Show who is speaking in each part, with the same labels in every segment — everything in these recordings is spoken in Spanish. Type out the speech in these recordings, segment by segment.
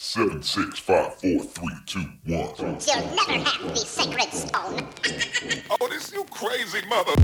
Speaker 1: Seven, six, five, four, three, two, one.
Speaker 2: You'll never have the sacred stone.
Speaker 1: Oh, this you crazy mother.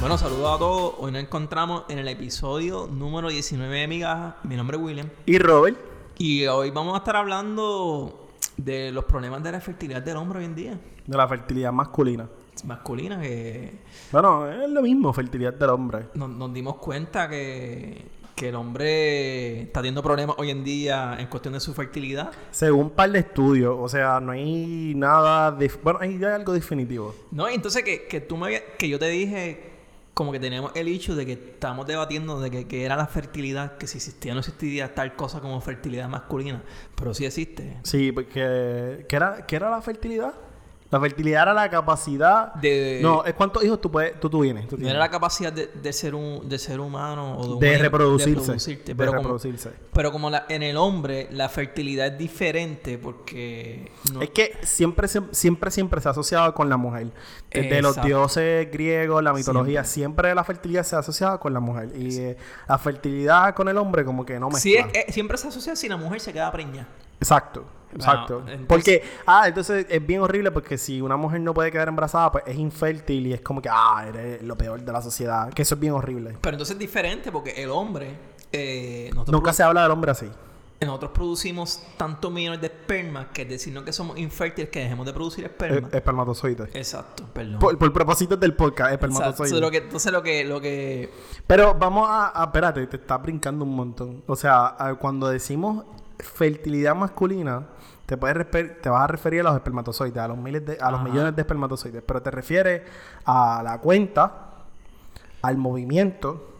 Speaker 3: Bueno, saludos a todos. Hoy nos encontramos en el episodio número 19 de Migajas. Mi nombre es William.
Speaker 4: Y Robert,
Speaker 3: Y hoy vamos a estar hablando de los problemas de la fertilidad del hombre hoy en día.
Speaker 4: de la fertilidad masculina.
Speaker 3: Es Masculina, que
Speaker 4: Bueno, es lo mismo, fertilidad del hombre.
Speaker 3: nos, nos dimos cuenta que, que el hombre está teniendo problemas hoy en día en cuestión de su fertilidad.
Speaker 4: Según un par de estudios, o sea, no hay nada. De... Bueno, hay algo definitivo.
Speaker 3: No, y entonces que, que tú me habías- que yo te dije como que teníamos el hecho de que estamos debatiendo de que, que era la fertilidad, que si existía o no existía tal cosa como fertilidad masculina, pero sí existe.
Speaker 4: Sí, porque. ¿Qué era, qué era la fertilidad? La fertilidad era la capacidad.
Speaker 3: De-
Speaker 4: No, es cuántos hijos tú, puedes, tú, tú tienes. tú
Speaker 3: No
Speaker 4: tienes.
Speaker 3: era la capacidad de, de ser un de ser humano o
Speaker 4: De
Speaker 3: humano-
Speaker 4: reproducirse.
Speaker 3: reproducirte,
Speaker 4: De
Speaker 3: pero como,
Speaker 4: reproducirse.
Speaker 3: Pero como la- en el hombre la fertilidad es diferente porque no-
Speaker 4: Es que siempre, se- siempre, siempre se ha asociado con la mujer. Desde los
Speaker 3: Exacto.
Speaker 4: dioses griegos, la mitología, siempre. la fertilidad se ha asociado con la mujer. Y eh, la fertilidad con el hombre como que no mezcla.
Speaker 3: Sí, es- es- siempre se asocia si la mujer se queda preñada.
Speaker 4: Exacto, exacto.
Speaker 3: entonces-
Speaker 4: Porque, ah, entonces es bien horrible porque si una mujer no puede quedar embarazada, pues es infértil y es como que, ah, eres lo peor de la sociedad. Que eso es bien horrible.
Speaker 3: Pero entonces es diferente porque el hombre eh, nosotros
Speaker 4: Nunca se habla del hombre así.
Speaker 3: Nosotros producimos tantos millones de esperma que decirnos que somos infértiles que dejemos de producir esperma.
Speaker 4: Eh, Espermatozoides.
Speaker 3: Exacto, perdón.
Speaker 4: Por, por propósitos del podcast,
Speaker 3: Exacto. Eso es lo
Speaker 4: espermatozoides.
Speaker 3: que, entonces lo que, lo que
Speaker 4: Pero vamos a, a- espérate, te estás brincando un montón. O sea, a- cuando decimos fertilidad masculina, te, puedes refer- te vas a referir a los espermatozoides, a los miles de, a los
Speaker 3: Ajá.
Speaker 4: millones de espermatozoides. Pero te refieres a la cuenta, al movimiento.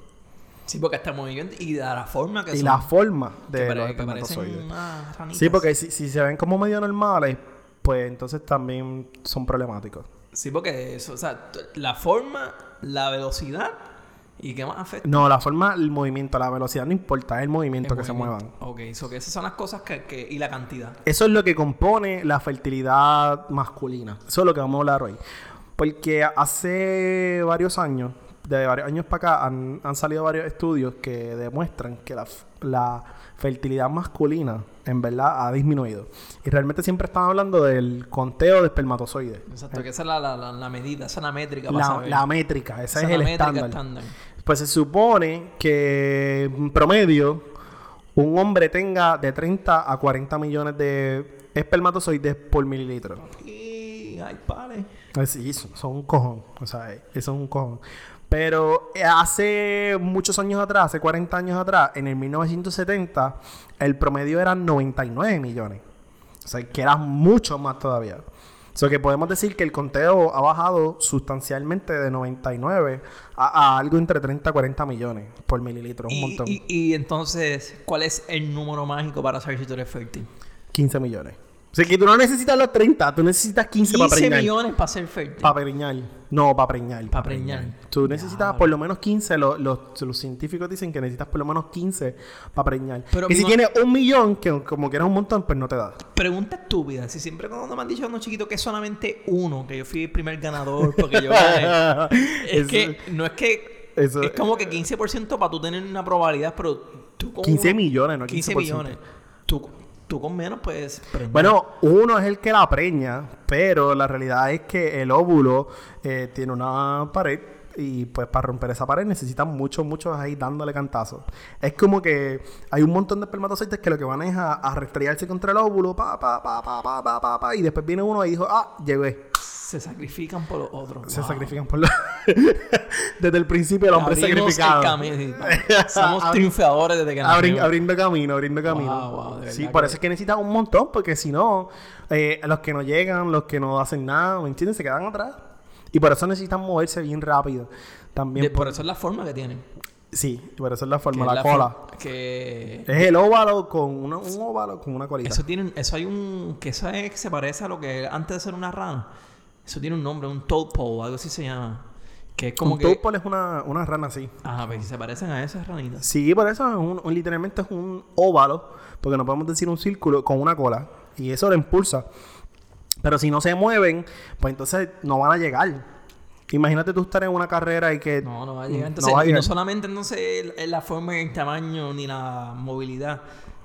Speaker 3: sí, porque hasta el movimiento y de la forma que
Speaker 4: y
Speaker 3: son,
Speaker 4: la forma
Speaker 3: que,
Speaker 4: de
Speaker 3: pare-
Speaker 4: los
Speaker 3: que parecen
Speaker 4: espermatozoides.
Speaker 3: unas ranitas.
Speaker 4: Sí, porque si, si se ven como medio normales, pues entonces también son problemáticos.
Speaker 3: sí, porque eso, o sea, t- la forma, la velocidad y qué más afecta.
Speaker 4: No, la forma, el movimiento, la velocidad no importa, es el movimiento que
Speaker 3: El
Speaker 4: se
Speaker 3: movimiento.
Speaker 4: muevan.
Speaker 3: Ok, eso que esas son las cosas que, que y la cantidad.
Speaker 4: Eso es lo que compone la fertilidad masculina. Eso es lo que vamos a hablar hoy. Porque hace varios años, de varios años para acá, han, han salido varios estudios que demuestran que la, f- la fertilidad masculina, en verdad, ha disminuido. Y realmente siempre están hablando del conteo de espermatozoides.
Speaker 3: Exacto, que esa es la, la, la, la medida, esa es la métrica. para
Speaker 4: Eh. La,
Speaker 3: saber.
Speaker 4: la métrica, ese
Speaker 3: Esa
Speaker 4: es
Speaker 3: la
Speaker 4: el
Speaker 3: métrica
Speaker 4: estándar. Pues se supone que en promedio un hombre tenga de 30 a 40 millones de espermatozoides por mililitro.
Speaker 3: Y ay, pare.
Speaker 4: Eh, Sí, son son un cojón. O sea, eh, eso es un cojón. Pero eh, hace muchos años atrás, hace 40 años atrás, en el 1970, el promedio eran 99 millones. O sea, que era mucho más todavía. O sea, que podemos decir que el conteo ha bajado sustancialmente de 99 a, a algo entre 30 a 40 millones por mililitro. Un
Speaker 3: Y-
Speaker 4: montón.
Speaker 3: Y, y entonces, ¿cuál es el número mágico para saber si tú eres fértil?
Speaker 4: 15 millones. O sea, que tú no necesitas los 30, tú necesitas 15, para
Speaker 3: 15
Speaker 4: preñar.
Speaker 3: millones para ser fértil.
Speaker 4: Para preñar. No, para preñar.
Speaker 3: Pa' preñar.
Speaker 4: Tú necesitas por lo menos 15. lo- los, los científicos dicen que necesitas por lo menos 15 para preñar.
Speaker 3: Pero
Speaker 4: que si
Speaker 3: no-
Speaker 4: tienes un millón, que como que eres un montón, pues no te da.
Speaker 3: Pregunta estúpida. Si siempre cuando me han dicho no chiquito que es solamente uno, que yo fui el primer ganador porque yo gané. es
Speaker 4: Eso-
Speaker 3: que no es que.
Speaker 4: eso-
Speaker 3: es como que 15% para tú tener una probabilidad, pero tú con
Speaker 4: 15
Speaker 3: uno-
Speaker 4: millones, no
Speaker 3: 15
Speaker 4: 15%.
Speaker 3: millones. Tú, tú con menos pues, puedes. preñar.
Speaker 4: Bueno, uno es el que la preña, pero la realidad es que el óvulo eh, tiene una pared y pues para romper esa pared necesitan muchos, muchos ahí dándole cantazos. Es como que hay un montón de espermatozoides que lo que van es a, a restregarse contra el óvulo, pa, pa, pa, pa, pa, pa, pa, pa, y después viene uno y dijo, ah, llegué.
Speaker 3: se sacrifican por los otros.
Speaker 4: Se
Speaker 3: Wow.
Speaker 4: sacrifican por los... Desde el principio el hombre es
Speaker 3: Abrimos el
Speaker 4: sacrificado.
Speaker 3: camino. Somos triunfadores desde que
Speaker 4: Abrin-
Speaker 3: nacimos.
Speaker 4: abriendo camino, abriendo camino.
Speaker 3: Wow, wow, de verdad
Speaker 4: sí,
Speaker 3: que-
Speaker 4: por eso es que necesitas un montón, porque si no, eh, los que no llegan, los que no hacen nada, ¿me entiendes? Se quedan atrás. Y por eso necesitan moverse bien rápido. También,
Speaker 3: De-
Speaker 4: por-
Speaker 3: por eso es la forma que tienen.
Speaker 4: sí, por eso es la
Speaker 3: Que
Speaker 4: forma,
Speaker 3: es
Speaker 4: la,
Speaker 3: la
Speaker 4: cola.
Speaker 3: for- que
Speaker 4: Es el óvalo con una- un óvalo con una colita.
Speaker 3: eso tiene, eso hay un, que eso es, se parece a lo que antes de ser una rana. Eso tiene un nombre, un tadpole, algo así se llama. Que es como
Speaker 4: un
Speaker 3: que,
Speaker 4: tadpole es una, una rana así.
Speaker 3: ajá, pues, se parecen a esas ranitas.
Speaker 4: Sí, por eso es un- un- literalmente es un óvalo, porque no podemos decir un círculo con una cola. Y eso lo impulsa. Pero si no se mueven, pues entonces no van a llegar. Imagínate tú estar en una carrera y que. Mm,
Speaker 3: No, no va a llegar. Entonces,
Speaker 4: va a
Speaker 3: y no
Speaker 4: llegar.
Speaker 3: solamente entonces el- el- la forma, el tamaño ni la movilidad.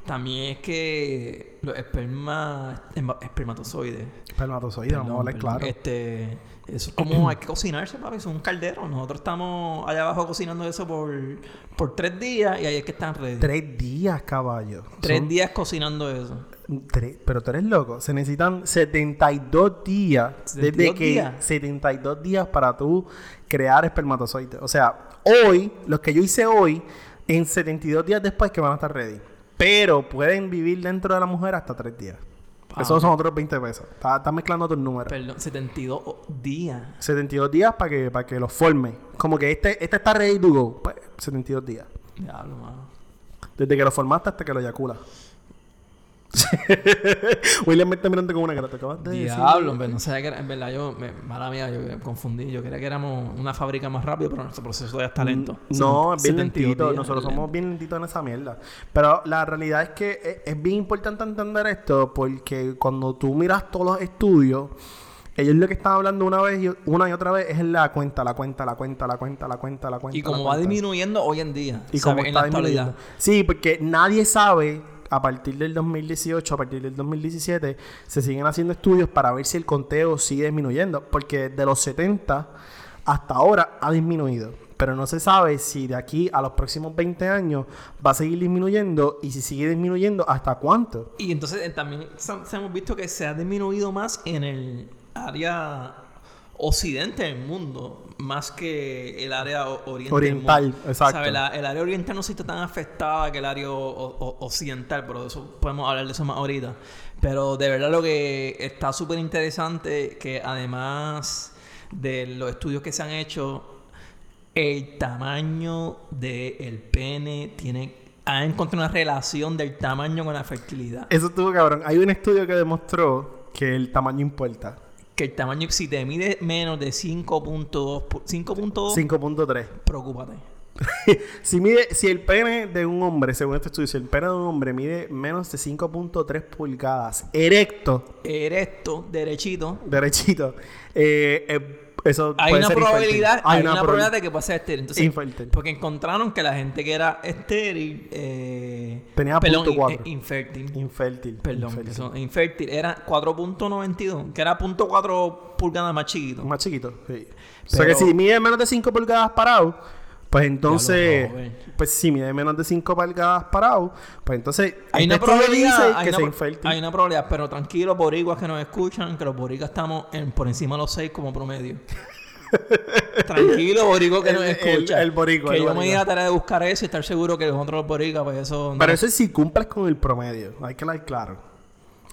Speaker 3: También es que los esperma, esma- espermatozoides.
Speaker 4: Espermatozoide, vamos a
Speaker 3: perdón,
Speaker 4: hablar claro.
Speaker 3: perdón, Este, eso es como hay que cocinarse, papi. Es un caldero. Nosotros estamos allá abajo cocinando eso por, por tres días y ahí es que están ready. Tres,
Speaker 4: Tres días, caballo. Son
Speaker 3: días cocinando eso.
Speaker 4: tres- pero tú eres loco. Se necesitan 72 días.
Speaker 3: 72
Speaker 4: desde que.
Speaker 3: días.
Speaker 4: 72 días para tú crear espermatozoides. O sea, hoy, los que yo hice hoy, en 72 días después que van a estar ready. Pero pueden vivir dentro de la mujer hasta tres días.
Speaker 3: Ah,
Speaker 4: Esos son otros 20 pesos. Estás está mezclando tus números.
Speaker 3: Perdón, 72 o- días.
Speaker 4: 72 días para que, para que los forme. Como que este, este está ready to go. Pues, 72 días.
Speaker 3: Diablo, mano.
Speaker 4: Desde que lo formaste hasta que lo eyacula. William me está mirando con una grata. Acabas de decir-
Speaker 3: Diablo, pero no sé, que era- en verdad yo, me, mala mía, yo me confundí. Yo creía que éramos una fábrica más rápido, pero nuestro proceso todavía está lento.
Speaker 4: Mm, No,
Speaker 3: Seten-
Speaker 4: es bien
Speaker 3: 72
Speaker 4: lentito.
Speaker 3: días,
Speaker 4: Nosotros
Speaker 3: es
Speaker 4: somos bien lentitos en esa mierda. Pero la realidad es que es, es bien importante entender esto porque cuando tú miras todos los estudios, ellos lo que están hablando una vez y una y otra vez es la cuenta, la cuenta, la cuenta, la cuenta, la cuenta, la cuenta.
Speaker 3: Y
Speaker 4: la
Speaker 3: como va
Speaker 4: cuenta.
Speaker 3: disminuyendo hoy en día,
Speaker 4: Y
Speaker 3: ¿sabes?
Speaker 4: como
Speaker 3: en
Speaker 4: está
Speaker 3: la actualidad.
Speaker 4: disminuyendo. Sí, porque nadie sabe, a partir del 2018, a partir del 2017, se siguen haciendo estudios para ver si el conteo sigue disminuyendo. Porque desde los 70 hasta ahora ha disminuido. Pero no se sabe si de aquí a los próximos 20 años va a seguir disminuyendo y si sigue disminuyendo, ¿hasta cuánto?
Speaker 3: Y entonces eh, también se, se hemos visto que se ha disminuido más en el área occidente del mundo, más que el área o- oriente
Speaker 4: Oriental,
Speaker 3: del mundo.
Speaker 4: exacto.
Speaker 3: ¿Sabe? La- el área oriental no se está tan afectada que el área o- o- occidental, pero de eso podemos hablar de eso más ahorita. Pero de verdad lo que está súper interesante, que además de los estudios que se han hecho, el tamaño del pene tiene... Ha encontrado una relación del tamaño con la fertilidad.
Speaker 4: Eso estuvo cabrón. Hay un estudio que demostró que el tamaño importa.
Speaker 3: que el tamaño, si te mide menos de 5.2, pu- 5.2,
Speaker 4: 5.3.
Speaker 3: preocúpate.
Speaker 4: si mide, si el pene de un hombre, según este estudio, si el pene de un hombre mide menos de 5.3 pulgadas, erecto,
Speaker 3: Erecto, derechito,
Speaker 4: derechito, eh, eh, eso
Speaker 3: hay
Speaker 4: puede
Speaker 3: una
Speaker 4: ser infértil.
Speaker 3: probabilidad, hay, una,
Speaker 4: proba-
Speaker 3: probabilidad de que pueda ser estéril. Entonces,
Speaker 4: Infértil.
Speaker 3: Porque encontraron que la gente que era estéril, eh,
Speaker 4: Tenía
Speaker 3: perdón,
Speaker 4: punto
Speaker 3: in-
Speaker 4: cuatro.
Speaker 3: eh, infértil.
Speaker 4: infértil.
Speaker 3: Perdón,
Speaker 4: infértil.
Speaker 3: que son infértil, era 4.92, que era 0.4 pulgadas más chiquito.
Speaker 4: Más chiquito, sí. O sea
Speaker 3: Pero-
Speaker 4: que si mide menos de 5 pulgadas parado, pues entonces,
Speaker 3: joven.
Speaker 4: pues si mide menos de 5 pulgadas parado, pues entonces
Speaker 3: Hay
Speaker 4: este
Speaker 3: una
Speaker 4: estudio
Speaker 3: probabilidad,
Speaker 4: dice
Speaker 3: hay
Speaker 4: que
Speaker 3: una,
Speaker 4: sea
Speaker 3: pro-
Speaker 4: infértil.
Speaker 3: hay una probabilidad, pero tranquilos, boricuas que nos escuchan, que los boricuas estamos en- por encima de los 6 como promedio. Tranquilo, boricua que
Speaker 4: El-
Speaker 3: nos
Speaker 4: el-
Speaker 3: escucha.
Speaker 4: el boricua,
Speaker 3: Que
Speaker 4: el
Speaker 3: yo me
Speaker 4: boricua.
Speaker 3: di a la tarea de buscar eso y estar seguro que los otros boricuas, pues eso. no.
Speaker 4: Pero eso es si cumples con el promedio. Hay que hablar claro.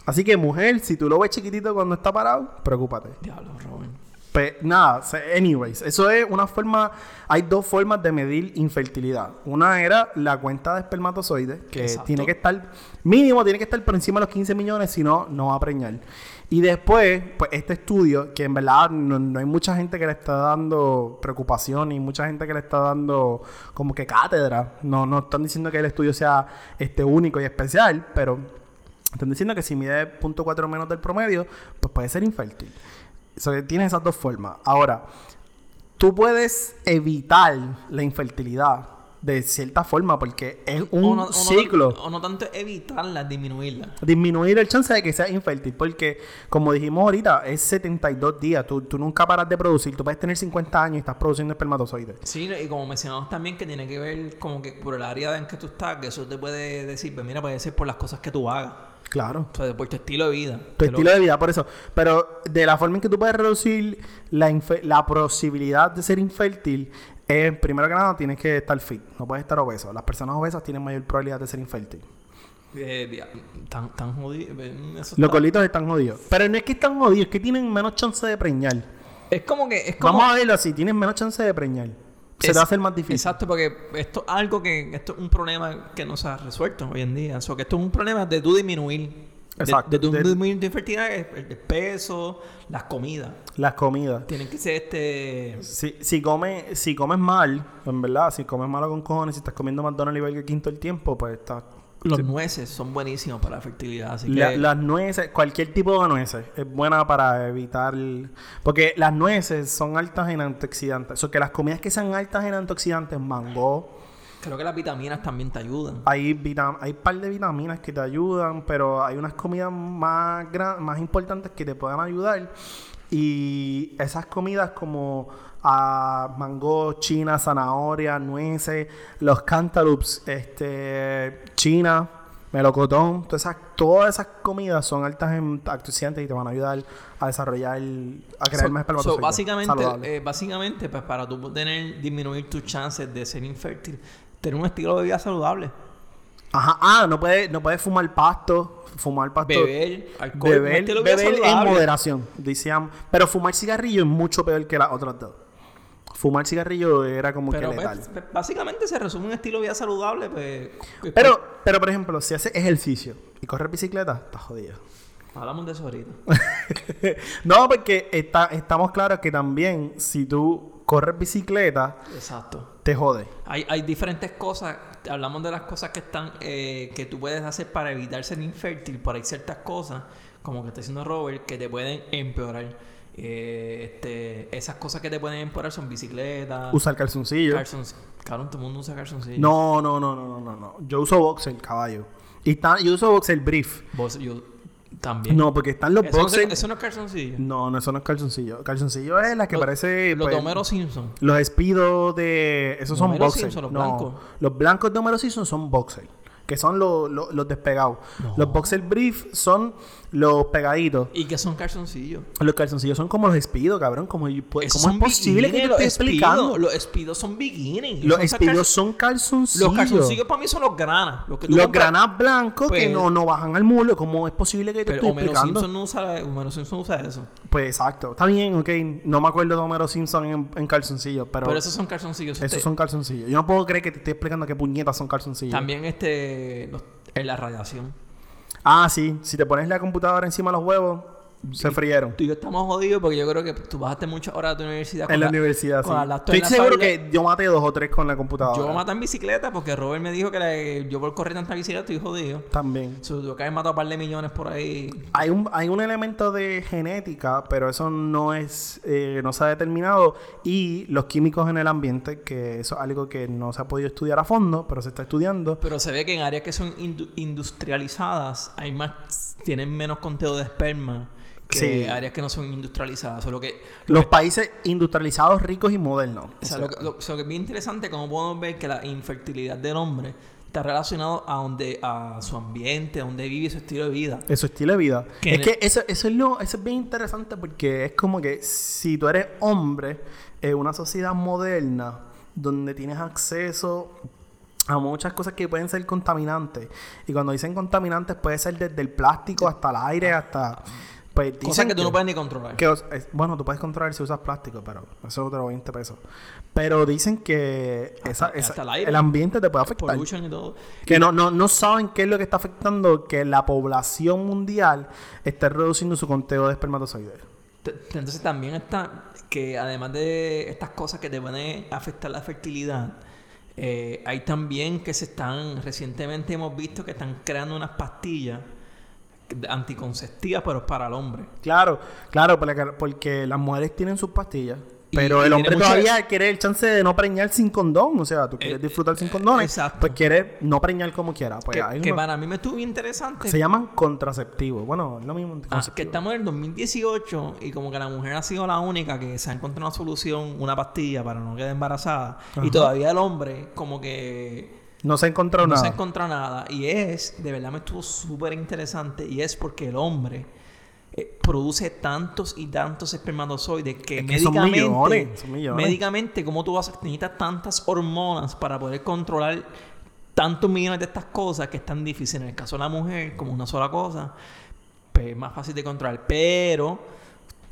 Speaker 4: Así que, mujer, si tú lo ves chiquitito cuando está parado, preocúpate.
Speaker 3: Diablo, Robin.
Speaker 4: Pues nada, se- anyways, eso es una forma. Hay dos formas de medir infertilidad. Una era la cuenta de espermatozoides, que
Speaker 3: Exacto.
Speaker 4: tiene que estar, mínimo, tiene que estar por encima de los 15 millones, si no, no va a preñar. Y después, pues este estudio, que en verdad no, no hay mucha gente que le está dando preocupación y mucha gente que le está dando como que cátedra. No, no están diciendo que el estudio sea este único y especial, pero están diciendo que si mide 0.4 menos del promedio, pues puede ser infértil. So, tienes esas dos formas. Ahora, tú puedes evitar la infertilidad de cierta forma porque es un
Speaker 3: O no- o no-
Speaker 4: ciclo.
Speaker 3: o no tanto evitarla, disminuirla.
Speaker 4: Disminuir el chance de que seas infértil, porque como dijimos ahorita, es 72 días. Tú, tú nunca paras de producir. Tú puedes tener 50 años y estás produciendo espermatozoides.
Speaker 3: Sí, y como mencionamos también que tiene que ver como que por el área en que tú estás, que eso te puede decir, pues mira, puede ser por las cosas que tú hagas.
Speaker 4: Claro.
Speaker 3: O sea, por tu estilo de vida.
Speaker 4: Tu
Speaker 3: Que lo-
Speaker 4: estilo de vida, por eso. Pero de la forma en que tú puedes reducir la, infe- la posibilidad de ser infértil, es, primero que nada, tienes que estar fit. No puedes estar obeso. Las personas obesas tienen mayor probabilidad de ser infértil.
Speaker 3: eh, dia- tan, tan jodido. eh, eso
Speaker 4: Los
Speaker 3: está-
Speaker 4: colitos están jodidos. Pero no es que están jodidos, es que tienen menos chance de preñar.
Speaker 3: Es como que. Es como,
Speaker 4: Vamos a verlo así, tienen menos chance de preñar. Se te
Speaker 3: Es-
Speaker 4: va a hacer más difícil.
Speaker 3: Exacto, porque esto es algo que. Esto es un problema que no se ha resuelto hoy en día. O sea, que esto es un problema de tu disminuir. de-
Speaker 4: Exacto,
Speaker 3: De, tu
Speaker 4: de-
Speaker 3: disminuir tu infertilidad, el, el peso, las comidas.
Speaker 4: Las comidas.
Speaker 3: Tienen que ser este.
Speaker 4: Si, si, comes, si comes mal, en verdad, si comes malo con cojones, si estás comiendo McDonald's y Burger King todo el tiempo, pues estás
Speaker 3: Los nueces son buenísimos para la fertilidad, así
Speaker 4: La-
Speaker 3: que...
Speaker 4: las nueces, cualquier tipo de nueces es buena para evitar. Porque las nueces son altas en antioxidantes. O sea, que las comidas que sean altas en antioxidantes, mango,
Speaker 3: Creo que las vitaminas también te ayudan.
Speaker 4: hay vitam hay par de vitaminas que te ayudan, pero hay unas comidas más gran- más importantes que te puedan ayudar. Y esas comidas como ah, mango, china, zanahoria, nueces, los cantaloupes, este, china, melocotón, todas esas, todas esas comidas son altas en antioxidantes y te van a ayudar a desarrollar, a crear
Speaker 3: So-
Speaker 4: más
Speaker 3: so,
Speaker 4: espermatozoides. saludables.
Speaker 3: básicamente, eh, básicamente, pues para tú tener, disminuir tus chances de ser infértil, tener un estilo de vida saludable.
Speaker 4: Ajá, ah, no puedes no puede fumar pasto, fumar pasto.
Speaker 3: Beber alcohol, un
Speaker 4: Beber,
Speaker 3: estilo de vida
Speaker 4: beber en
Speaker 3: saludable.
Speaker 4: moderación, decían. Pero fumar cigarrillo es mucho peor que las otras dos. Fumar cigarrillo era como
Speaker 3: Pero
Speaker 4: que
Speaker 3: pues,
Speaker 4: letal.
Speaker 3: pues, básicamente se resume un estilo de vida saludable, pues... que-
Speaker 4: pero, pero, por ejemplo, si haces ejercicio y corres bicicleta, estás jodido.
Speaker 3: pues, Hablamos de eso ahorita.
Speaker 4: no, porque está, estamos claros que también si tú corres bicicleta,
Speaker 3: Exacto.
Speaker 4: te jode.
Speaker 3: Hay, hay diferentes cosas, hablamos de las cosas que están, eh, que tú puedes hacer para evitar ser infértil, pero hay ciertas cosas, como que está diciendo Robert, que te pueden empeorar. Eh, este, esas cosas que te pueden empeorar son bicicletas,
Speaker 4: Usar calzoncillo.
Speaker 3: calzonc- Cabrón, todo el mundo usa calzoncillos.
Speaker 4: No, no, no, no, no, no, no. Yo uso boxer, caballo. Y está, yo uso boxer brief.
Speaker 3: Vos- yo también.
Speaker 4: No, porque están los
Speaker 3: eso, no se-
Speaker 4: boxers.
Speaker 3: eso no es calzoncillo.
Speaker 4: No, no, eso no es calzoncillo. Calzoncillo es la que
Speaker 3: Lo-
Speaker 4: parece.
Speaker 3: Los
Speaker 4: pues,
Speaker 3: de Homero Simpson.
Speaker 4: Los espidos de. Esos son
Speaker 3: Homero
Speaker 4: boxers.
Speaker 3: Simpson, los
Speaker 4: no,
Speaker 3: blancos.
Speaker 4: los blancos de Homero Simpson son boxers. Que son los, los, los despegados. Los boxer brief son los pegaditos.
Speaker 3: Y que son calzoncillos.
Speaker 4: Los calzoncillos son como los espidos, cabrón. Como, yo- pues,
Speaker 3: Esos
Speaker 4: ¿Cómo es
Speaker 3: son
Speaker 4: posible que
Speaker 3: bikinis,
Speaker 4: yo te
Speaker 3: los
Speaker 4: esté
Speaker 3: espidos-
Speaker 4: explicando?
Speaker 3: Los espidos son bikinis.
Speaker 4: Los
Speaker 3: Son esas
Speaker 4: espidos
Speaker 3: calzon-
Speaker 4: son calzoncillos.
Speaker 3: Los calzoncillos para mí son los granas. Los, que tú
Speaker 4: Los
Speaker 3: compras.
Speaker 4: granas blancos que
Speaker 3: Pues-
Speaker 4: no, no bajan al muslo. ¿Cómo es posible que te
Speaker 3: Pero
Speaker 4: estoy
Speaker 3: Homero
Speaker 4: explicando?
Speaker 3: Simpson no usa, Homero Simpson usa eso.
Speaker 4: Pues exacto. Está bien, ok. No me acuerdo de Homero Simpson en, en calzoncillos, pero.
Speaker 3: Pero esos son calzoncillos.
Speaker 4: Esos
Speaker 3: Este,
Speaker 4: son calzoncillos. Yo no puedo creer que te estoy explicando qué puñetas son calzoncillos.
Speaker 3: También este, los- en la radiación.
Speaker 4: Ah, sí. Si te pones la computadora encima de los huevos, se frieron.
Speaker 3: Tú y yo estamos jodidos porque yo creo que tú bajaste muchas horas de tu universidad. con
Speaker 4: En la universidad, sí.
Speaker 3: con la laptop
Speaker 4: Estoy
Speaker 3: en la
Speaker 4: seguro
Speaker 3: espalda.
Speaker 4: que yo maté dos o tres con la computadora.
Speaker 3: Yo maté en bicicleta porque Robert me dijo que la- yo por correr tanta bicicleta estoy jodido.
Speaker 4: También.
Speaker 3: So, tuve que haber matado un par de millones por ahí.
Speaker 4: Hay un, hay un elemento de genética, pero eso no es, eh, no se ha determinado. Y los químicos en el ambiente, que eso es algo que no se ha podido estudiar a fondo, pero se está estudiando.
Speaker 3: Pero se ve que en áreas que son indu- industrializadas hay más, tienen menos conteo de esperma que
Speaker 4: Sí.
Speaker 3: áreas que no son industrializadas. Solo que
Speaker 4: Los países industrializados, ricos y modernos.
Speaker 3: O sea,
Speaker 4: O sea,
Speaker 3: lo, que- lo- o sea, que es bien interesante como podemos ver que la infertilidad del hombre está relacionado a donde a su ambiente, a donde vive y su estilo de vida.
Speaker 4: De su estilo de vida.
Speaker 3: Que
Speaker 4: es
Speaker 3: en
Speaker 4: que eso, eso es lo, eso es bien interesante porque es como que si tú eres hombre en una sociedad moderna donde tienes acceso a muchas cosas que pueden ser contaminantes. Y cuando dicen contaminantes puede ser desde el plástico hasta el aire, hasta... Pues
Speaker 3: Ah. Cosas
Speaker 4: dicen
Speaker 3: que tú no puedes ni controlar.
Speaker 4: que os- es- bueno, tú puedes controlar si usas plástico, pero eso es otro 20 pesos. Pero dicen que esa-
Speaker 3: Hasta-
Speaker 4: esa-
Speaker 3: hasta el aire.
Speaker 4: ambiente te puede afectar.
Speaker 3: Pollution y todo.
Speaker 4: Que no, no, no saben qué es lo que está afectando que la población mundial esté reduciendo su conteo de espermatozoides.
Speaker 3: T- t- Entonces también está que además de estas cosas que te pueden afectar la fertilidad, eh, hay también que se están, recientemente hemos visto que están creando unas pastillas anticonceptivas, pero para el hombre.
Speaker 4: Claro, claro, porque, porque las mujeres tienen sus pastillas.
Speaker 3: Y-
Speaker 4: Pero
Speaker 3: y
Speaker 4: el
Speaker 3: tiene
Speaker 4: hombre
Speaker 3: mucha-
Speaker 4: todavía quiere el chance de no preñar sin condón. O sea, tú quieres
Speaker 3: Eh,
Speaker 4: disfrutar sin condones.
Speaker 3: exacto.
Speaker 4: Pues quieres no preñar como quiera. Pues
Speaker 3: que,
Speaker 4: hay
Speaker 3: que
Speaker 4: uno-
Speaker 3: para mí me estuvo bien interesante.
Speaker 4: Se llaman contraceptivos. Bueno, es lo mismo.
Speaker 3: Ah,
Speaker 4: anticonceptivo.
Speaker 3: que estamos en el 2018 y como que la mujer ha sido la única que se ha encontrado una solución, una pastilla para no quedar embarazada. Y todavía el hombre como que
Speaker 4: No se ha encontrado
Speaker 3: no
Speaker 4: nada.
Speaker 3: se ha encontrado nada. Y es, de verdad me estuvo súper interesante, y es porque el hombre eh, produce tantos y tantos espermatozoides que,
Speaker 4: Es que son
Speaker 3: médicamente,
Speaker 4: millones, son millones.
Speaker 3: médicamente, como tú vas a necesitas tantas hormonas para poder controlar tantos millones de estas cosas que es tan difícil. En el caso de la mujer, como una sola cosa, pues es más fácil de controlar. Pero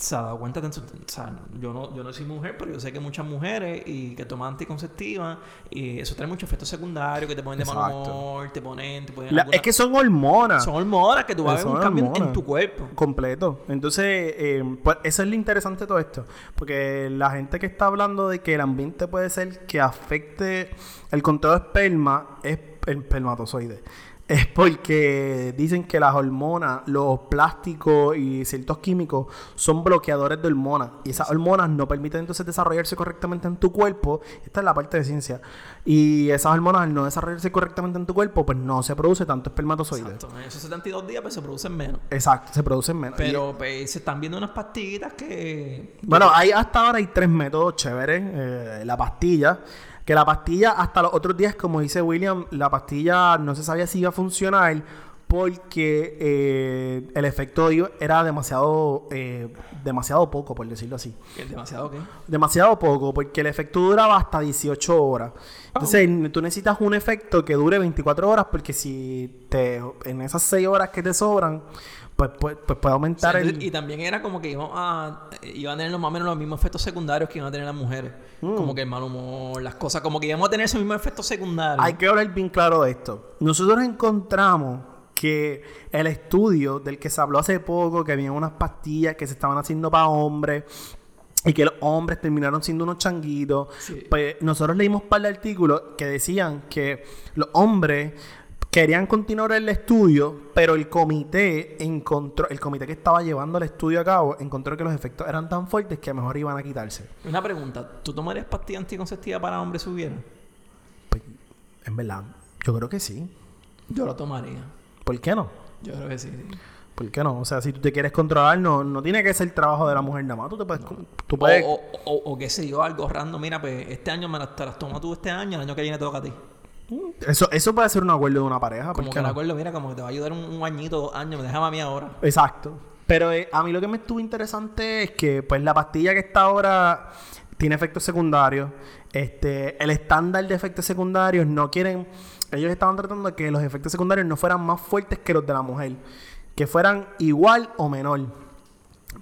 Speaker 3: se ha dado cuenta, de- o sea, yo no, yo no soy mujer, pero yo sé que muchas mujeres y que toman anticonceptivas y eso trae muchos efectos secundarios que te ponen de mal
Speaker 4: Exacto.
Speaker 3: humor, te ponen, te ponen
Speaker 4: La-
Speaker 3: alguna-
Speaker 4: Es que son hormonas.
Speaker 3: son hormonas que tú vas a ver
Speaker 4: Son
Speaker 3: un cambio en- en
Speaker 4: hormonas.
Speaker 3: tu cuerpo.
Speaker 4: Completo. Entonces, eh, pues eso es lo interesante de todo esto. Porque la gente que está hablando de que el ambiente puede ser que afecte el conteo de esperma es el espermatozoide. Es porque dicen que las hormonas, los plásticos y ciertos químicos son bloqueadores de hormonas. Y esas hormonas no permiten entonces desarrollarse correctamente en tu cuerpo. Esta es la parte de ciencia. Y esas hormonas al no desarrollarse correctamente en tu cuerpo, pues no se produce tanto espermatozoide. Exacto,
Speaker 3: Exacto. En esos 72 días pues se producen menos.
Speaker 4: se producen menos.
Speaker 3: Pero pues, se están viendo unas pastillitas que...
Speaker 4: Y- bueno, hay, hasta ahora hay tres métodos chéveres. Eh, la pastilla. Que la pastilla hasta los otros días, como dice William, la pastilla no se sabía si iba a funcionar porque eh, el efecto iba- era demasiado, eh, demasiado poco, por decirlo así
Speaker 3: que es demasiado que...
Speaker 4: demasiado poco, porque el efecto duraba hasta 18 horas. Entonces, tú necesitas un efecto que dure 24 horas, porque si te en esas 6 horas que te sobran, pues, pues, pues puede aumentar
Speaker 3: Sí,
Speaker 4: el...
Speaker 3: Y también era como que iban a, eh, iban a tener los- más o menos los mismos efectos secundarios que iban a tener las mujeres.
Speaker 4: Mm.
Speaker 3: Como que el mal humor, las cosas, como que íbamos a tener esos mismos efectos secundarios.
Speaker 4: Hay que hablar bien claro de esto. Nosotros encontramos que el estudio del que se habló hace poco, que había unas pastillas que se estaban haciendo para hombres y que los hombres terminaron siendo unos changuitos,
Speaker 3: Sí.
Speaker 4: pues nosotros leímos un par de artículos que decían que los hombres querían continuar el estudio, pero el comité encontró, el comité que estaba llevando el estudio a cabo encontró que los efectos eran tan fuertes que mejor iban a quitarse.
Speaker 3: Una pregunta, ¿tú tomarías pastilla anticonceptiva para hombres si hubiera?
Speaker 4: Pues, en verdad, yo creo que sí.
Speaker 3: Yo la tomaría.
Speaker 4: ¿Por qué no?
Speaker 3: Yo creo que sí. sí.
Speaker 4: ¿Por qué no? O sea, si tú te quieres controlar, no, no tiene que ser el trabajo de la mujer nada más. Tú te puedes. Tú
Speaker 3: O,
Speaker 4: puedes
Speaker 3: o, o- o qué sé yo, algo random. Mira, pues este año me las, te las tomas tú este año, el año que viene te toca a ti.
Speaker 4: Ah, Eso, eso puede ser un acuerdo de una pareja. ¿por
Speaker 3: Como
Speaker 4: qué
Speaker 3: que me
Speaker 4: no?
Speaker 3: acuerdo, mira, como que te va a ayudar un, un añito, dos años, me deja a mí ahora.
Speaker 4: Exacto. Pero eh, a mí lo que me estuvo interesante es que, pues, la pastilla que está ahora tiene efectos secundarios. Este, el estándar de efectos secundarios no quieren. Ellos estaban tratando de que los efectos secundarios no fueran más fuertes que los de la mujer. Que fueran igual o menor.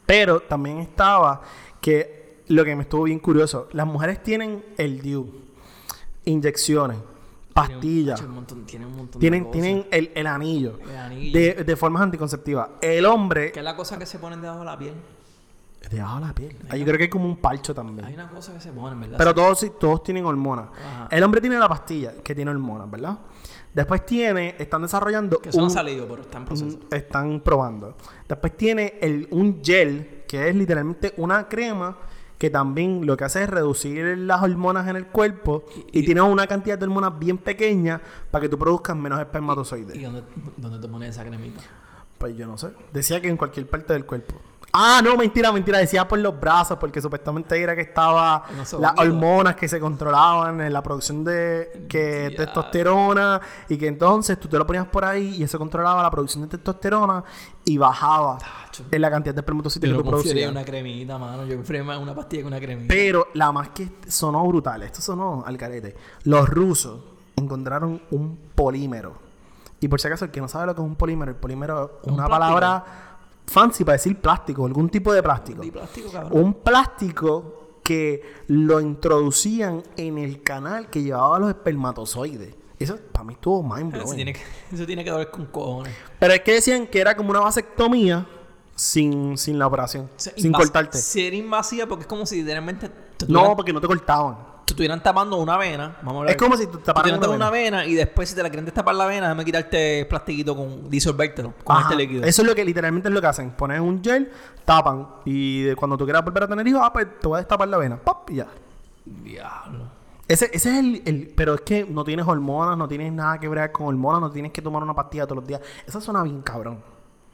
Speaker 4: Pero también estaba que lo que me estuvo bien curioso, las mujeres tienen el DIU, inyecciones, pastillas,
Speaker 3: Tiene un montón, tiene un montón de
Speaker 4: tienen,
Speaker 3: cosas.
Speaker 4: tienen el, el anillo,
Speaker 3: El anillo.
Speaker 4: De, de formas anticonceptivas. El hombre...
Speaker 3: ¿Qué es la cosa que se ponen debajo de la piel?
Speaker 4: Debajo de la piel. Ah, Yo creo que es como un palcho también.
Speaker 3: Hay una cosa que se ponen, ¿verdad?
Speaker 4: Pero todos, sí- todos tienen hormonas.
Speaker 3: Ajá.
Speaker 4: El hombre tiene la pastilla, que tiene hormonas, ¿verdad? Después tiene, están desarrollando...
Speaker 3: que eso no
Speaker 4: un-
Speaker 3: ha salido, pero está en proceso.
Speaker 4: Mm, Están probando. Después tiene el, un gel, que es literalmente una crema que también lo que hace es reducir las hormonas en el cuerpo y, tiene una cantidad de hormonas bien pequeña para que tú produzcas menos espermatozoides.
Speaker 3: ¿Y dónde, dónde te pones esa cremita?
Speaker 4: Pues yo no sé. Decía que en cualquier parte del cuerpo. Ah, no, mentira, mentira. Decía por los brazos, porque supuestamente era que estaba
Speaker 3: En los
Speaker 4: las
Speaker 3: ovarios.
Speaker 4: hormonas que se controlaban en la producción de que
Speaker 3: Ya.
Speaker 4: testosterona y que entonces tú te lo ponías por ahí y eso controlaba la producción de testosterona y bajaba
Speaker 3: Tacho.
Speaker 4: en la cantidad de espermatozoides
Speaker 3: Yo
Speaker 4: que
Speaker 3: no
Speaker 4: tú
Speaker 3: confiaría
Speaker 4: producías.
Speaker 3: en una cremita, mano. Yo confiaría más en una pastilla que una cremita.
Speaker 4: Pero la más que sonó brutal, esto sonó al carete. Los rusos encontraron un polímero. Y por si acaso, el que no sabe lo que es un polímero, el polímero es
Speaker 3: ¿Un
Speaker 4: una
Speaker 3: plástico?
Speaker 4: palabra fancy para decir plástico, algún tipo de plástico.
Speaker 3: Di plástico, cabrón.
Speaker 4: Un plástico que lo introducían en el canal que llevaba los espermatozoides. Eso para mí estuvo mind
Speaker 3: eso,
Speaker 4: blowing.
Speaker 3: tiene que, eso tiene que doler con cojones.
Speaker 4: Pero es que decían que era como una vasectomía sin, sin la operación,
Speaker 3: O sea,
Speaker 4: sin
Speaker 3: invas-
Speaker 4: cortarte.
Speaker 3: Ser invasiva porque es como si literalmente te
Speaker 4: No,
Speaker 3: estuvieran-
Speaker 4: porque no te cortaban.
Speaker 3: te estuvieran tapando una vena. Vamos a hablar.
Speaker 4: Es como si te taparan
Speaker 3: Te estuvieran
Speaker 4: una
Speaker 3: tapando una vena. y después si te la quieren destapar la vena, déjame quitarte el plastiquito con disolvértelo con
Speaker 4: Ajá.
Speaker 3: este líquido.
Speaker 4: Eso es lo que literalmente es lo que hacen. Ponen un gel, tapan. Y de- cuando tú quieras volver a tener hijos, ah, pues te voy a destapar la vena. ¡Pop! Y ya.
Speaker 3: Diablo.
Speaker 4: Ese, ese es el, el- Pero es que no tienes hormonas, no tienes nada que ver con hormonas, no tienes que tomar una pastilla todos los días. Eso suena bien cabrón.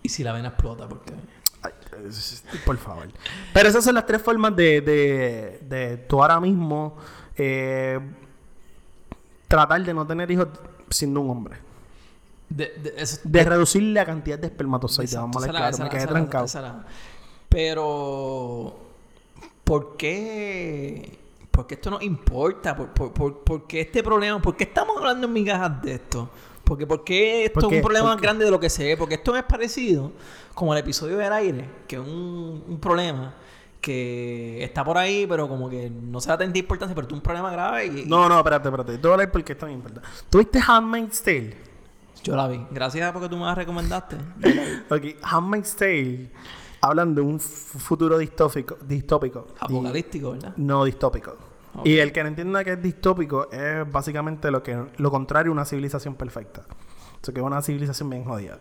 Speaker 3: Y si la vena explota, porque
Speaker 4: Ay, es- por favor. Pero esas son las tres formas de, de, de tú ahora mismo eh, tratar de no tener hijos siendo un hombre.
Speaker 3: de, de- eso,
Speaker 4: De reducir la cantidad de espermatozoides.
Speaker 3: Exacto,
Speaker 4: Vamos a
Speaker 3: esa
Speaker 4: hablar
Speaker 3: era-
Speaker 4: claro,
Speaker 3: esa
Speaker 4: me
Speaker 3: era-
Speaker 4: quedé
Speaker 3: esa era-
Speaker 4: trancado.
Speaker 3: esa era. Pero, ¿por qué? ¿Por qué esto nos importa? ¿Por, por, por- por qué este problema? ¿Por qué estamos hablando en migajas de esto? Porque, ¿Por qué esto
Speaker 4: ¿Por
Speaker 3: es
Speaker 4: qué?
Speaker 3: un problema
Speaker 4: ¿Por qué?
Speaker 3: grande de lo que se ve? Porque esto es parecido como el episodio del aire, que es un, un problema que está por ahí, pero como que no se da tanta importancia, pero es un problema grave y, y
Speaker 4: No, no, espérate, espérate. Te voy a hablar porque esto me importa. ¿Tuviste Handmaid's Tale?
Speaker 3: yo la vi. Gracias porque tú me la recomendaste.
Speaker 4: Ok, Handmaid's Tale hablan de un f- futuro distópico. distópico Di-
Speaker 3: Apocalíptico, ¿verdad?
Speaker 4: no distópico.
Speaker 3: Ok.
Speaker 4: Y el que no entienda que es distópico es básicamente lo que lo contrario a una civilización perfecta. Eso que es una civilización bien jodida.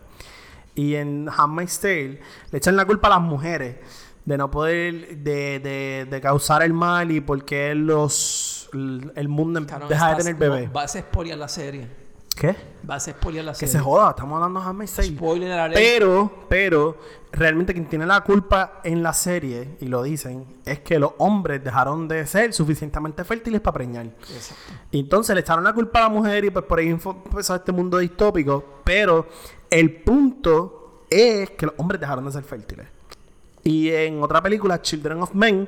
Speaker 4: Y en Handmaid's Tale le echan la culpa a las mujeres de no poder, de, de, de causar el mal y por qué los, el mundo em-
Speaker 3: Cabrón,
Speaker 4: deja de
Speaker 3: estás-
Speaker 4: tener bebé.
Speaker 3: no, vas a spoilear la serie.
Speaker 4: ¿Qué?
Speaker 3: Vas a spoilear la
Speaker 4: Que
Speaker 3: serie.
Speaker 4: se joda, estamos hablando de Handmaid's Tale.
Speaker 3: Spoiler alert.
Speaker 4: Pero, pero, realmente quien tiene la culpa en la serie, y lo dicen, es que los hombres dejaron de ser suficientemente fértiles para preñar.
Speaker 3: Exacto.
Speaker 4: Y entonces le echaron la culpa a la mujer y pues por ahí info- empezó este mundo distópico. Pero el punto es que los hombres dejaron de ser fértiles. Y en otra película, Children of Men,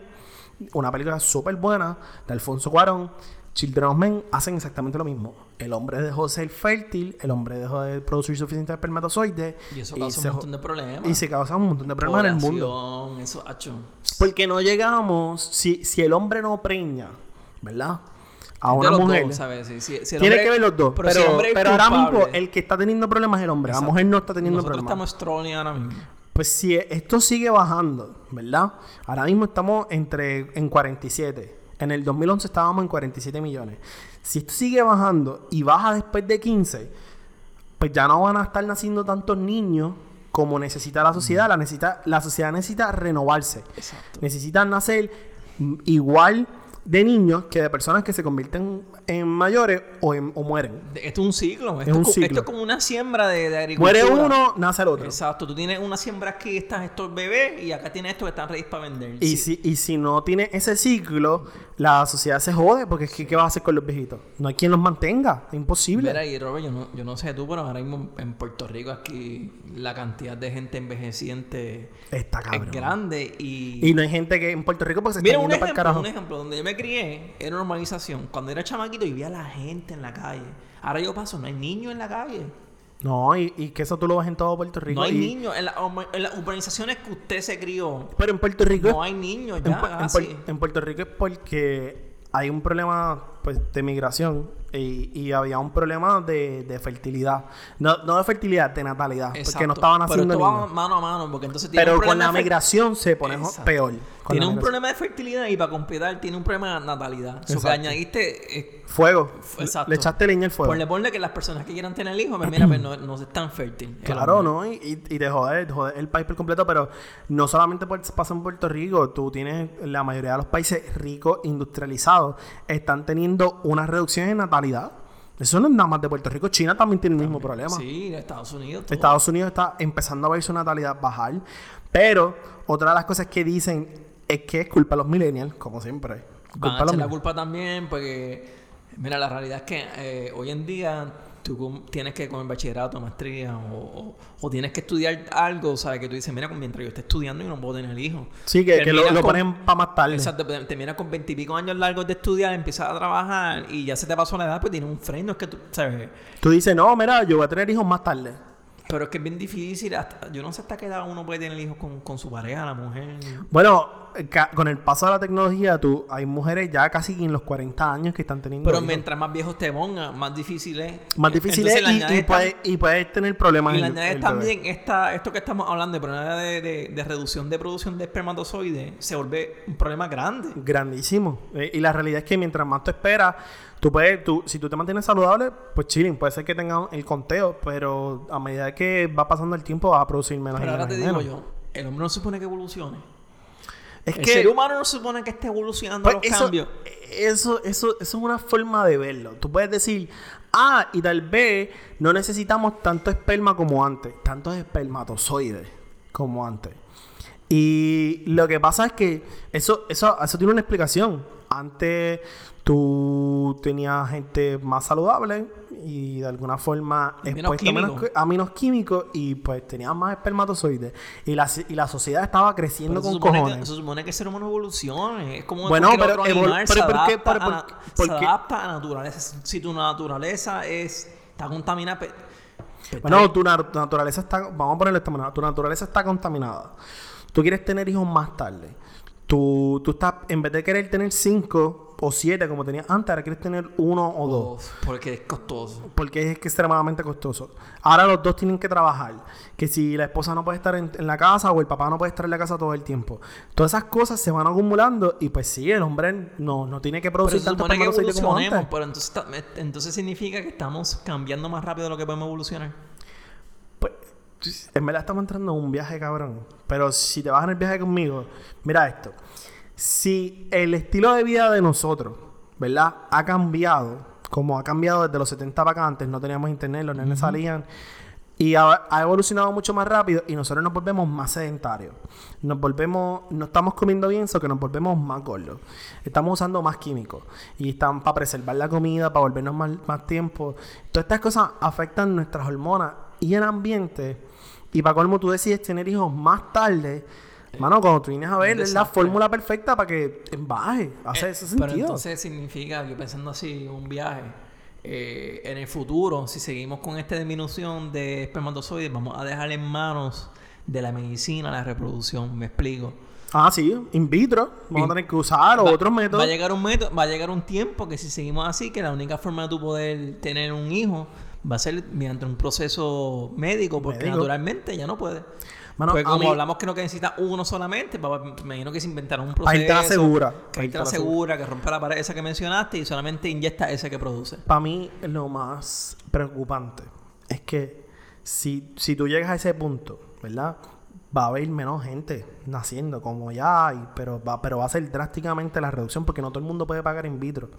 Speaker 4: una película súper buena de Alfonso Cuarón, Children of Men hacen exactamente lo mismo. El hombre dejó de ser fértil, el hombre dejó de producir suficientes espermatozoides.
Speaker 3: Y eso causa un
Speaker 4: se jo-
Speaker 3: montón de problemas.
Speaker 4: Y se causa un montón de problemas en el mundo. Pues,
Speaker 3: Población, Eso, hacho.
Speaker 4: Porque no llegamos, si, si el hombre no preña, ¿verdad? A
Speaker 3: De
Speaker 4: una
Speaker 3: los
Speaker 4: mujer.
Speaker 3: dos, ¿sabes? Si- si- si el
Speaker 4: Tiene
Speaker 3: hombre-
Speaker 4: que ver los dos. Pero,
Speaker 3: si el hombre es
Speaker 4: pero ahora mismo
Speaker 3: culpable-
Speaker 4: el que está teniendo problemas es el hombre.
Speaker 3: Exacto.
Speaker 4: La mujer no está teniendo
Speaker 3: Nosotros estamos
Speaker 4: problemas.
Speaker 3: strolling ahora mismo.
Speaker 4: Pues si esto sigue bajando, ¿verdad? Ahora mismo estamos entre en 47. En el 2011 estábamos en 47 millones. Si esto sigue bajando y baja después de 15, pues ya no van a estar naciendo tantos niños como necesita la sociedad. La, necesita, la sociedad necesita renovarse.
Speaker 3: Exacto.
Speaker 4: Necesitan nacer mm, igual de niños que de personas que se convierten en mayores o, en- o mueren.
Speaker 3: De- Esto es un ciclo. Esto,
Speaker 4: un
Speaker 3: co-
Speaker 4: ciclo.
Speaker 3: esto es como una siembra de, de
Speaker 4: Muere
Speaker 3: agricultura.
Speaker 4: uno, nace el otro.
Speaker 3: Exacto. Tú tienes una siembra aquí, estás estos bebés y acá tienes estos que están ready para vender.
Speaker 4: Y, si, y si no tiene ese ciclo, la sociedad se jode porque es que ¿qué vas a hacer con los viejitos? No hay quien los mantenga, es imposible.
Speaker 3: Mira, y Robert, yo no, yo no sé tú, pero ahora mismo en Puerto Rico aquí la cantidad de gente envejeciente
Speaker 4: Está cabrón.
Speaker 3: es grande y...
Speaker 4: Y no hay gente que en Puerto Rico porque se está
Speaker 3: Mira, un
Speaker 4: yendo para el
Speaker 3: ejemplo,
Speaker 4: carajo.
Speaker 3: un ejemplo, donde yo me crié, era una urbanización. Cuando era chamaquito y vi a la gente en la calle. Ahora yo paso, no hay niños en la calle.
Speaker 4: No, y, y que eso tú lo ves en todo Puerto Rico.
Speaker 3: No hay
Speaker 4: y-
Speaker 3: niños. En, la- en las urbanizaciones que usted se crió,
Speaker 4: Pero en Puerto Rico es
Speaker 3: no hay niños
Speaker 4: En,
Speaker 3: ya.
Speaker 4: Pu- en
Speaker 3: casi.
Speaker 4: Puer- en Puerto Rico es porque hay un problema pues, de migración y, y había un problema de, de fertilidad. No, no de fertilidad, de natalidad. Porque no
Speaker 3: Exacto.
Speaker 4: estaban
Speaker 3: Pero
Speaker 4: haciendo
Speaker 3: esto va
Speaker 4: niños.
Speaker 3: mano a mano, porque entonces tiene
Speaker 4: Pero
Speaker 3: un
Speaker 4: con
Speaker 3: problema
Speaker 4: la
Speaker 3: de fer-
Speaker 4: migración se pone jo-
Speaker 3: Exacto.
Speaker 4: peor. con
Speaker 3: Tiene
Speaker 4: la
Speaker 3: un
Speaker 4: migración.
Speaker 3: problema de fertilidad y para completar tiene un problema de natalidad. O
Speaker 4: Exacto.
Speaker 3: que añadiste... eh,
Speaker 4: Fuego.
Speaker 3: Exacto.
Speaker 4: Le echaste leña al fuego.
Speaker 3: Ponle, ponle que las personas que quieran tener hijos, pues mira, pues no, no están fértiles.
Speaker 4: Claro, ¿no? Y, y- y te jode, te jode el país por completo, pero no solamente por- pasa en Puerto Rico, tú tienes la mayoría de los países ricos, industrializados, están teniendo una reducción en natalidad. Eso no es nada más de Puerto Rico, China también tiene el mismo problema.
Speaker 3: Sí, en Estados Unidos. todo.
Speaker 4: Estados Unidos está empezando a ver su natalidad bajar, pero otra de las cosas que dicen es que es culpa de los millennials, como siempre.
Speaker 3: Van
Speaker 4: Culpa
Speaker 3: a
Speaker 4: de los
Speaker 3: echar la
Speaker 4: millennials.
Speaker 3: culpa también porque, mira, la realidad es que eh, hoy en día tú com- tienes que con el bachillerato, maestría o, o- o tienes que estudiar algo, ¿sabes? Que tú dices, mira, mientras yo esté estudiando yo no puedo tener hijos.
Speaker 4: Sí, que, que lo,
Speaker 3: Terminas
Speaker 4: lo
Speaker 3: con-
Speaker 4: ponen para más tarde.
Speaker 3: Exacto, te- terminas con veintipico años largos de estudiar, empiezas a trabajar y ya se te pasó la edad, pues tienes un freno, es que tú, ¿sabes?
Speaker 4: Tú dices, no, mira, yo voy a tener hijos más tarde.
Speaker 3: Pero es que es bien difícil, hasta- yo no sé hasta qué edad uno puede tener hijos con, con su pareja, la mujer.
Speaker 4: Bueno, ca- con el paso de la tecnología, tú, hay mujeres ya casi en los 40 años que están teniendo.
Speaker 3: Pero
Speaker 4: hijos.
Speaker 3: mientras más viejos te pongan, más difícil es.
Speaker 4: Más difícil
Speaker 3: Entonces le
Speaker 4: es y- y,
Speaker 3: añades
Speaker 4: puedes, y puedes tener problemas
Speaker 3: Y le
Speaker 4: el-
Speaker 3: añades
Speaker 4: el bebé.
Speaker 3: también esta, esto que estamos hablando, el problema de, de- de reducción de producción de espermatozoides, se vuelve un problema grande.
Speaker 4: Grandísimo. Eh, y la realidad es que mientras más tú esperas, tú puedes, tú, si tú te mantienes saludable, pues chilling, puede ser que tengan el conteo, pero a medida que va pasando el tiempo vas a producir menos. y
Speaker 3: Pero ahora
Speaker 4: menos
Speaker 3: te
Speaker 4: y
Speaker 3: digo
Speaker 4: menos.
Speaker 3: yo, el hombre no se supone que evolucione.
Speaker 4: Es
Speaker 3: el
Speaker 4: que
Speaker 3: ser humano no se supone que esté evolucionando
Speaker 4: Pues
Speaker 3: los
Speaker 4: eso,
Speaker 3: cambios.
Speaker 4: Eso, eso, eso es una forma de verlo. Tú puedes decir, ah, y tal vez no necesitamos tanto esperma como antes, tantos espermatozoides como antes. Y lo que pasa es que eso, eso, eso tiene una explicación. Antes tú tenías gente más saludable y de alguna forma
Speaker 3: Menos
Speaker 4: expuesta a menos
Speaker 3: químico.
Speaker 4: qui- a menos químicos y pues tenías más espermatozoides. Y la, y la sociedad estaba
Speaker 3: Pero
Speaker 4: creciendo
Speaker 3: Pues se,
Speaker 4: con
Speaker 3: supone
Speaker 4: cojones.
Speaker 3: que, se supone que el ser humano evolucione. Es como
Speaker 4: Bueno,
Speaker 3: cualquier
Speaker 4: pero
Speaker 3: otro
Speaker 4: evol-
Speaker 3: animal,
Speaker 4: pero
Speaker 3: se
Speaker 4: ¿por qué?
Speaker 3: adapta
Speaker 4: Pero
Speaker 3: a
Speaker 4: ¿por
Speaker 3: la-
Speaker 4: qué? ¿por
Speaker 3: se
Speaker 4: qué?
Speaker 3: adapta a la naturaleza. Si tu naturaleza es, está contaminada... pe- pe-
Speaker 4: Bueno, Pues tu, na- tu naturaleza está, vamos a ponerlo de esta manera, tu naturaleza está contaminada. Tú quieres tener hijos más tarde. Tú, tú estás, en vez de querer tener cinco o siete como tenías antes, ahora quieres tener uno o dos.
Speaker 3: Porque es costoso.
Speaker 4: Porque es que es extremadamente costoso. Ahora los dos tienen que trabajar. Que si la esposa no puede estar en, en la casa o el papá no puede estar en la casa todo el tiempo. Todas esas cosas se van acumulando y pues sí, el hombre no, no tiene que
Speaker 3: Pero
Speaker 4: producir
Speaker 3: se
Speaker 4: tantos
Speaker 3: supone que
Speaker 4: espermatozoides como
Speaker 3: evolucionemos,
Speaker 4: antes.
Speaker 3: pero entonces, ta- eh, entonces significa que estamos cambiando más rápido de lo que podemos evolucionar.
Speaker 4: Pues, en verdad estamos entrando en un viaje cabrón. Pero si te vas en el viaje conmigo, mira esto. Si el estilo de vida de nosotros, ¿verdad? Ha cambiado, como ha cambiado desde los 70 para acá antes, no teníamos internet, los nenes salían. Y ha, ha evolucionado mucho más rápido y nosotros nos volvemos más sedentarios. Nos volvemos, no estamos comiendo bien, sino que nos volvemos más gordos. Estamos usando más químicos. Y están para preservar la comida, para volvernos más, más tiempo. Todas estas cosas afectan nuestras hormonas y el ambiente. Y para colmo tú decides tener hijos más tarde. Mano, cuando tú vienes a ver, es la
Speaker 3: Eh, desastre.
Speaker 4: fórmula perfecta para que baje. Hace
Speaker 3: Eh,
Speaker 4: ese sentido.
Speaker 3: Pero entonces significa, yo pensando así, un viaje. eh, en el futuro, si seguimos con esta disminución de espermatozoides, vamos a dejar en manos de la medicina la reproducción. Me explico.
Speaker 4: Ah, sí, in vitro.
Speaker 3: In-
Speaker 4: Vamos a tener que usar o
Speaker 3: Va-
Speaker 4: otros métodos.
Speaker 3: Va a llegar un método, va a llegar un tiempo que si seguimos así, que la única forma de tú poder tener un hijo va a ser mediante un proceso médico, porque
Speaker 4: Médico.
Speaker 3: naturalmente ya no puede.
Speaker 4: Mano,
Speaker 3: Pues como
Speaker 4: a mí-
Speaker 3: hablamos que no que necesita uno solamente, papá, me imagino que se inventaron un proceso.
Speaker 4: Ahí está la segura.
Speaker 3: Que
Speaker 4: Ahí
Speaker 3: ahí
Speaker 4: está
Speaker 3: te
Speaker 4: la
Speaker 3: la segura, que rompe la pared esa que mencionaste y solamente inyecta ese que produce.
Speaker 4: Para mí, lo más preocupante es que si, si tú llegas a ese punto, ¿verdad? Va a haber menos gente naciendo, como ya hay, pero va, pero va a ser drásticamente la reducción porque no todo el mundo puede pagar in vitro.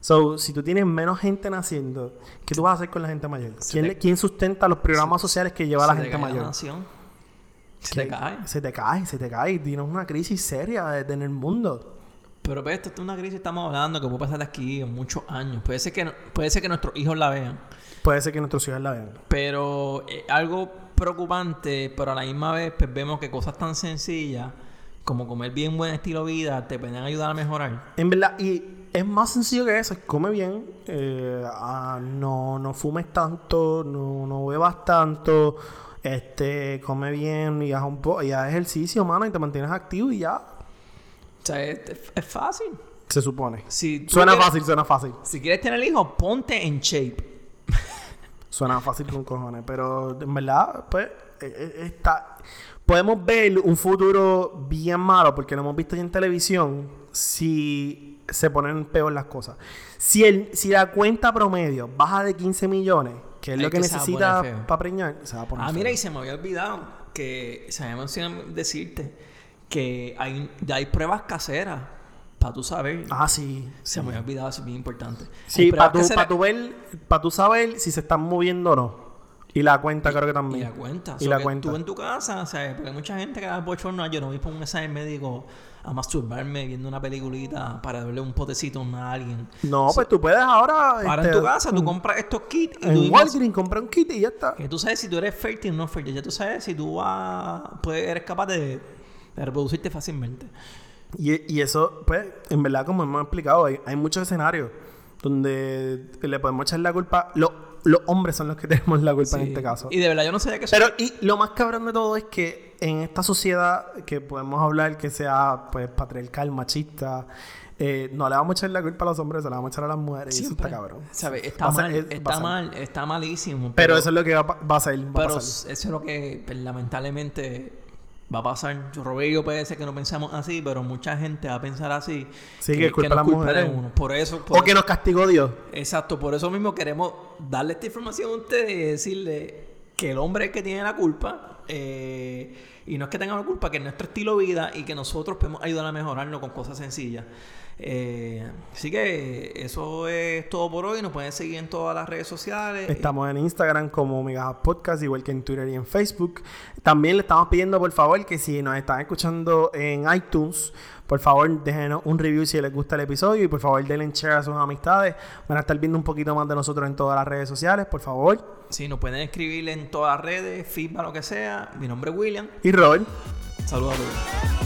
Speaker 4: So, si tú tienes menos gente naciendo, ¿qué tú vas a hacer con la gente mayor? ¿Quién,
Speaker 3: te-
Speaker 4: le- quién sustenta los programas sociales que lleva
Speaker 3: Se
Speaker 4: la
Speaker 3: te
Speaker 4: gente
Speaker 3: cae la
Speaker 4: mayor?
Speaker 3: nación. Se
Speaker 4: Que
Speaker 3: te cae.
Speaker 4: Se te cae, se te cae. Tienes una crisis seria de- de- en el mundo.
Speaker 3: Pero pues, esto es una crisis que estamos hablando que puede pasar de aquí en muchos años. Puede ser que, no- puede ser que nuestros hijos la vean.
Speaker 4: Puede ser que nuestros hijos la vean.
Speaker 3: Pero eh, algo preocupante, pero a la misma vez pues, vemos que cosas tan sencillas como comer bien buen estilo de vida te pueden ayudar a mejorar.
Speaker 4: En verdad, y es más sencillo que eso. Come bien, eh, ah, no, no fumes tanto, no, no bebas tanto, este, come bien y haz, un po y haz ejercicio, mano, y te mantienes activo y ya.
Speaker 3: O sea, es, es- es fácil.
Speaker 4: Se supone.
Speaker 3: Si tú
Speaker 4: Suena
Speaker 3: quieres-
Speaker 4: fácil, suena fácil.
Speaker 3: Si quieres tener hijos, ponte en shape.
Speaker 4: Suena fácil con cojones, pero en verdad, pues, eh, eh, está... Podemos ver un futuro bien malo, porque lo hemos visto ya en televisión, si se ponen peor las cosas. Si, el, si la cuenta promedio baja de 15 millones, que es
Speaker 3: Es
Speaker 4: lo que,
Speaker 3: que se va a
Speaker 4: necesita
Speaker 3: poner feo.
Speaker 4: para preñar, se va a poner
Speaker 3: Ah,
Speaker 4: feo.
Speaker 3: mira, y se me había olvidado que se me había mencionado decirte que hay, ya hay pruebas caseras para tú saber.
Speaker 4: Ah, sí.
Speaker 3: Se me había olvidado, eso es bien importante. Hay
Speaker 4: Sí,
Speaker 3: pruebas
Speaker 4: para tú,
Speaker 3: caseras-
Speaker 4: pa' tú ver, para tú saber si se están moviendo o no. Y la cuenta creo que
Speaker 3: Y
Speaker 4: también.
Speaker 3: la cuenta.
Speaker 4: Y
Speaker 3: So
Speaker 4: la
Speaker 3: que
Speaker 4: cuenta.
Speaker 3: Tú en tu casa, ¿sabes? Porque hay mucha gente que da bochorno. Ah, Yo no voy por un examen médico a masturbarme viendo una peliculita para darle un potecito a alguien.
Speaker 4: No, pues tú puedes ahora...
Speaker 3: Ahora
Speaker 4: este,
Speaker 3: en tu casa tú compras estos kits y tú
Speaker 4: En
Speaker 3: dices
Speaker 4: Walgreens compra un kit y ya está.
Speaker 3: que tú sabes si tú eres fértil o no fértil. Ya tú sabes si tú vas, puedes, eres capaz de, de reproducirte fácilmente.
Speaker 4: Y, y eso, pues, en verdad, como hemos explicado, hay, hay muchos escenarios donde le podemos echar la culpa. Lo- los hombres son los que tenemos la culpa en
Speaker 3: Sí.
Speaker 4: este caso.
Speaker 3: Y de verdad yo no sabía que eso
Speaker 4: Pero y lo más cabrón de todo es que en esta sociedad que podemos hablar que sea, pues, patriarcal, machista, eh, no le vamos a echar la culpa a los hombres, se la vamos a echar a las mujeres. Y eso
Speaker 3: siempre.
Speaker 4: está cabrón.
Speaker 3: ¿Sabes?
Speaker 4: Va
Speaker 3: Está
Speaker 4: a ser-
Speaker 3: mal,
Speaker 4: es- va a
Speaker 3: está
Speaker 4: ser.
Speaker 3: mal, está malísimo.
Speaker 4: Pero eso es lo que va, a pa- va a ser. va a
Speaker 3: Pero
Speaker 4: pasar.
Speaker 3: eso es lo que pues, lamentablemente va a pasar. Yo, Roberto y yo puede ser que no pensamos así, pero mucha gente va a pensar así.
Speaker 4: Sí, que es culpa de
Speaker 3: no
Speaker 4: las
Speaker 3: es culpa
Speaker 4: mujeres.
Speaker 3: uno. Por eso, por
Speaker 4: O que
Speaker 3: eso-
Speaker 4: nos castigó Dios.
Speaker 3: Exacto, por eso mismo queremos darle esta información a ustedes y decirle que el hombre es el que tiene la culpa. eh, y no es que tenga la culpa, que es nuestro estilo de vida y que nosotros podemos ayudar a mejorarlo con cosas sencillas. Eh, así que eso es todo por hoy. Nos pueden seguir en todas las redes sociales.
Speaker 4: Estamos en Instagram como Megajas Podcast, igual que en Twitter y en Facebook. También le estamos pidiendo, por favor, que si nos están escuchando en iTunes, por favor, déjenos un review si les gusta el episodio y por favor, denle share a sus amistades. Van a estar viendo un poquito más de nosotros en todas las redes sociales, por favor.
Speaker 3: Sí, nos pueden escribir en todas las redes, feedback, lo que sea. Mi nombre es William.
Speaker 4: Y Robert.
Speaker 3: Saludos a todos.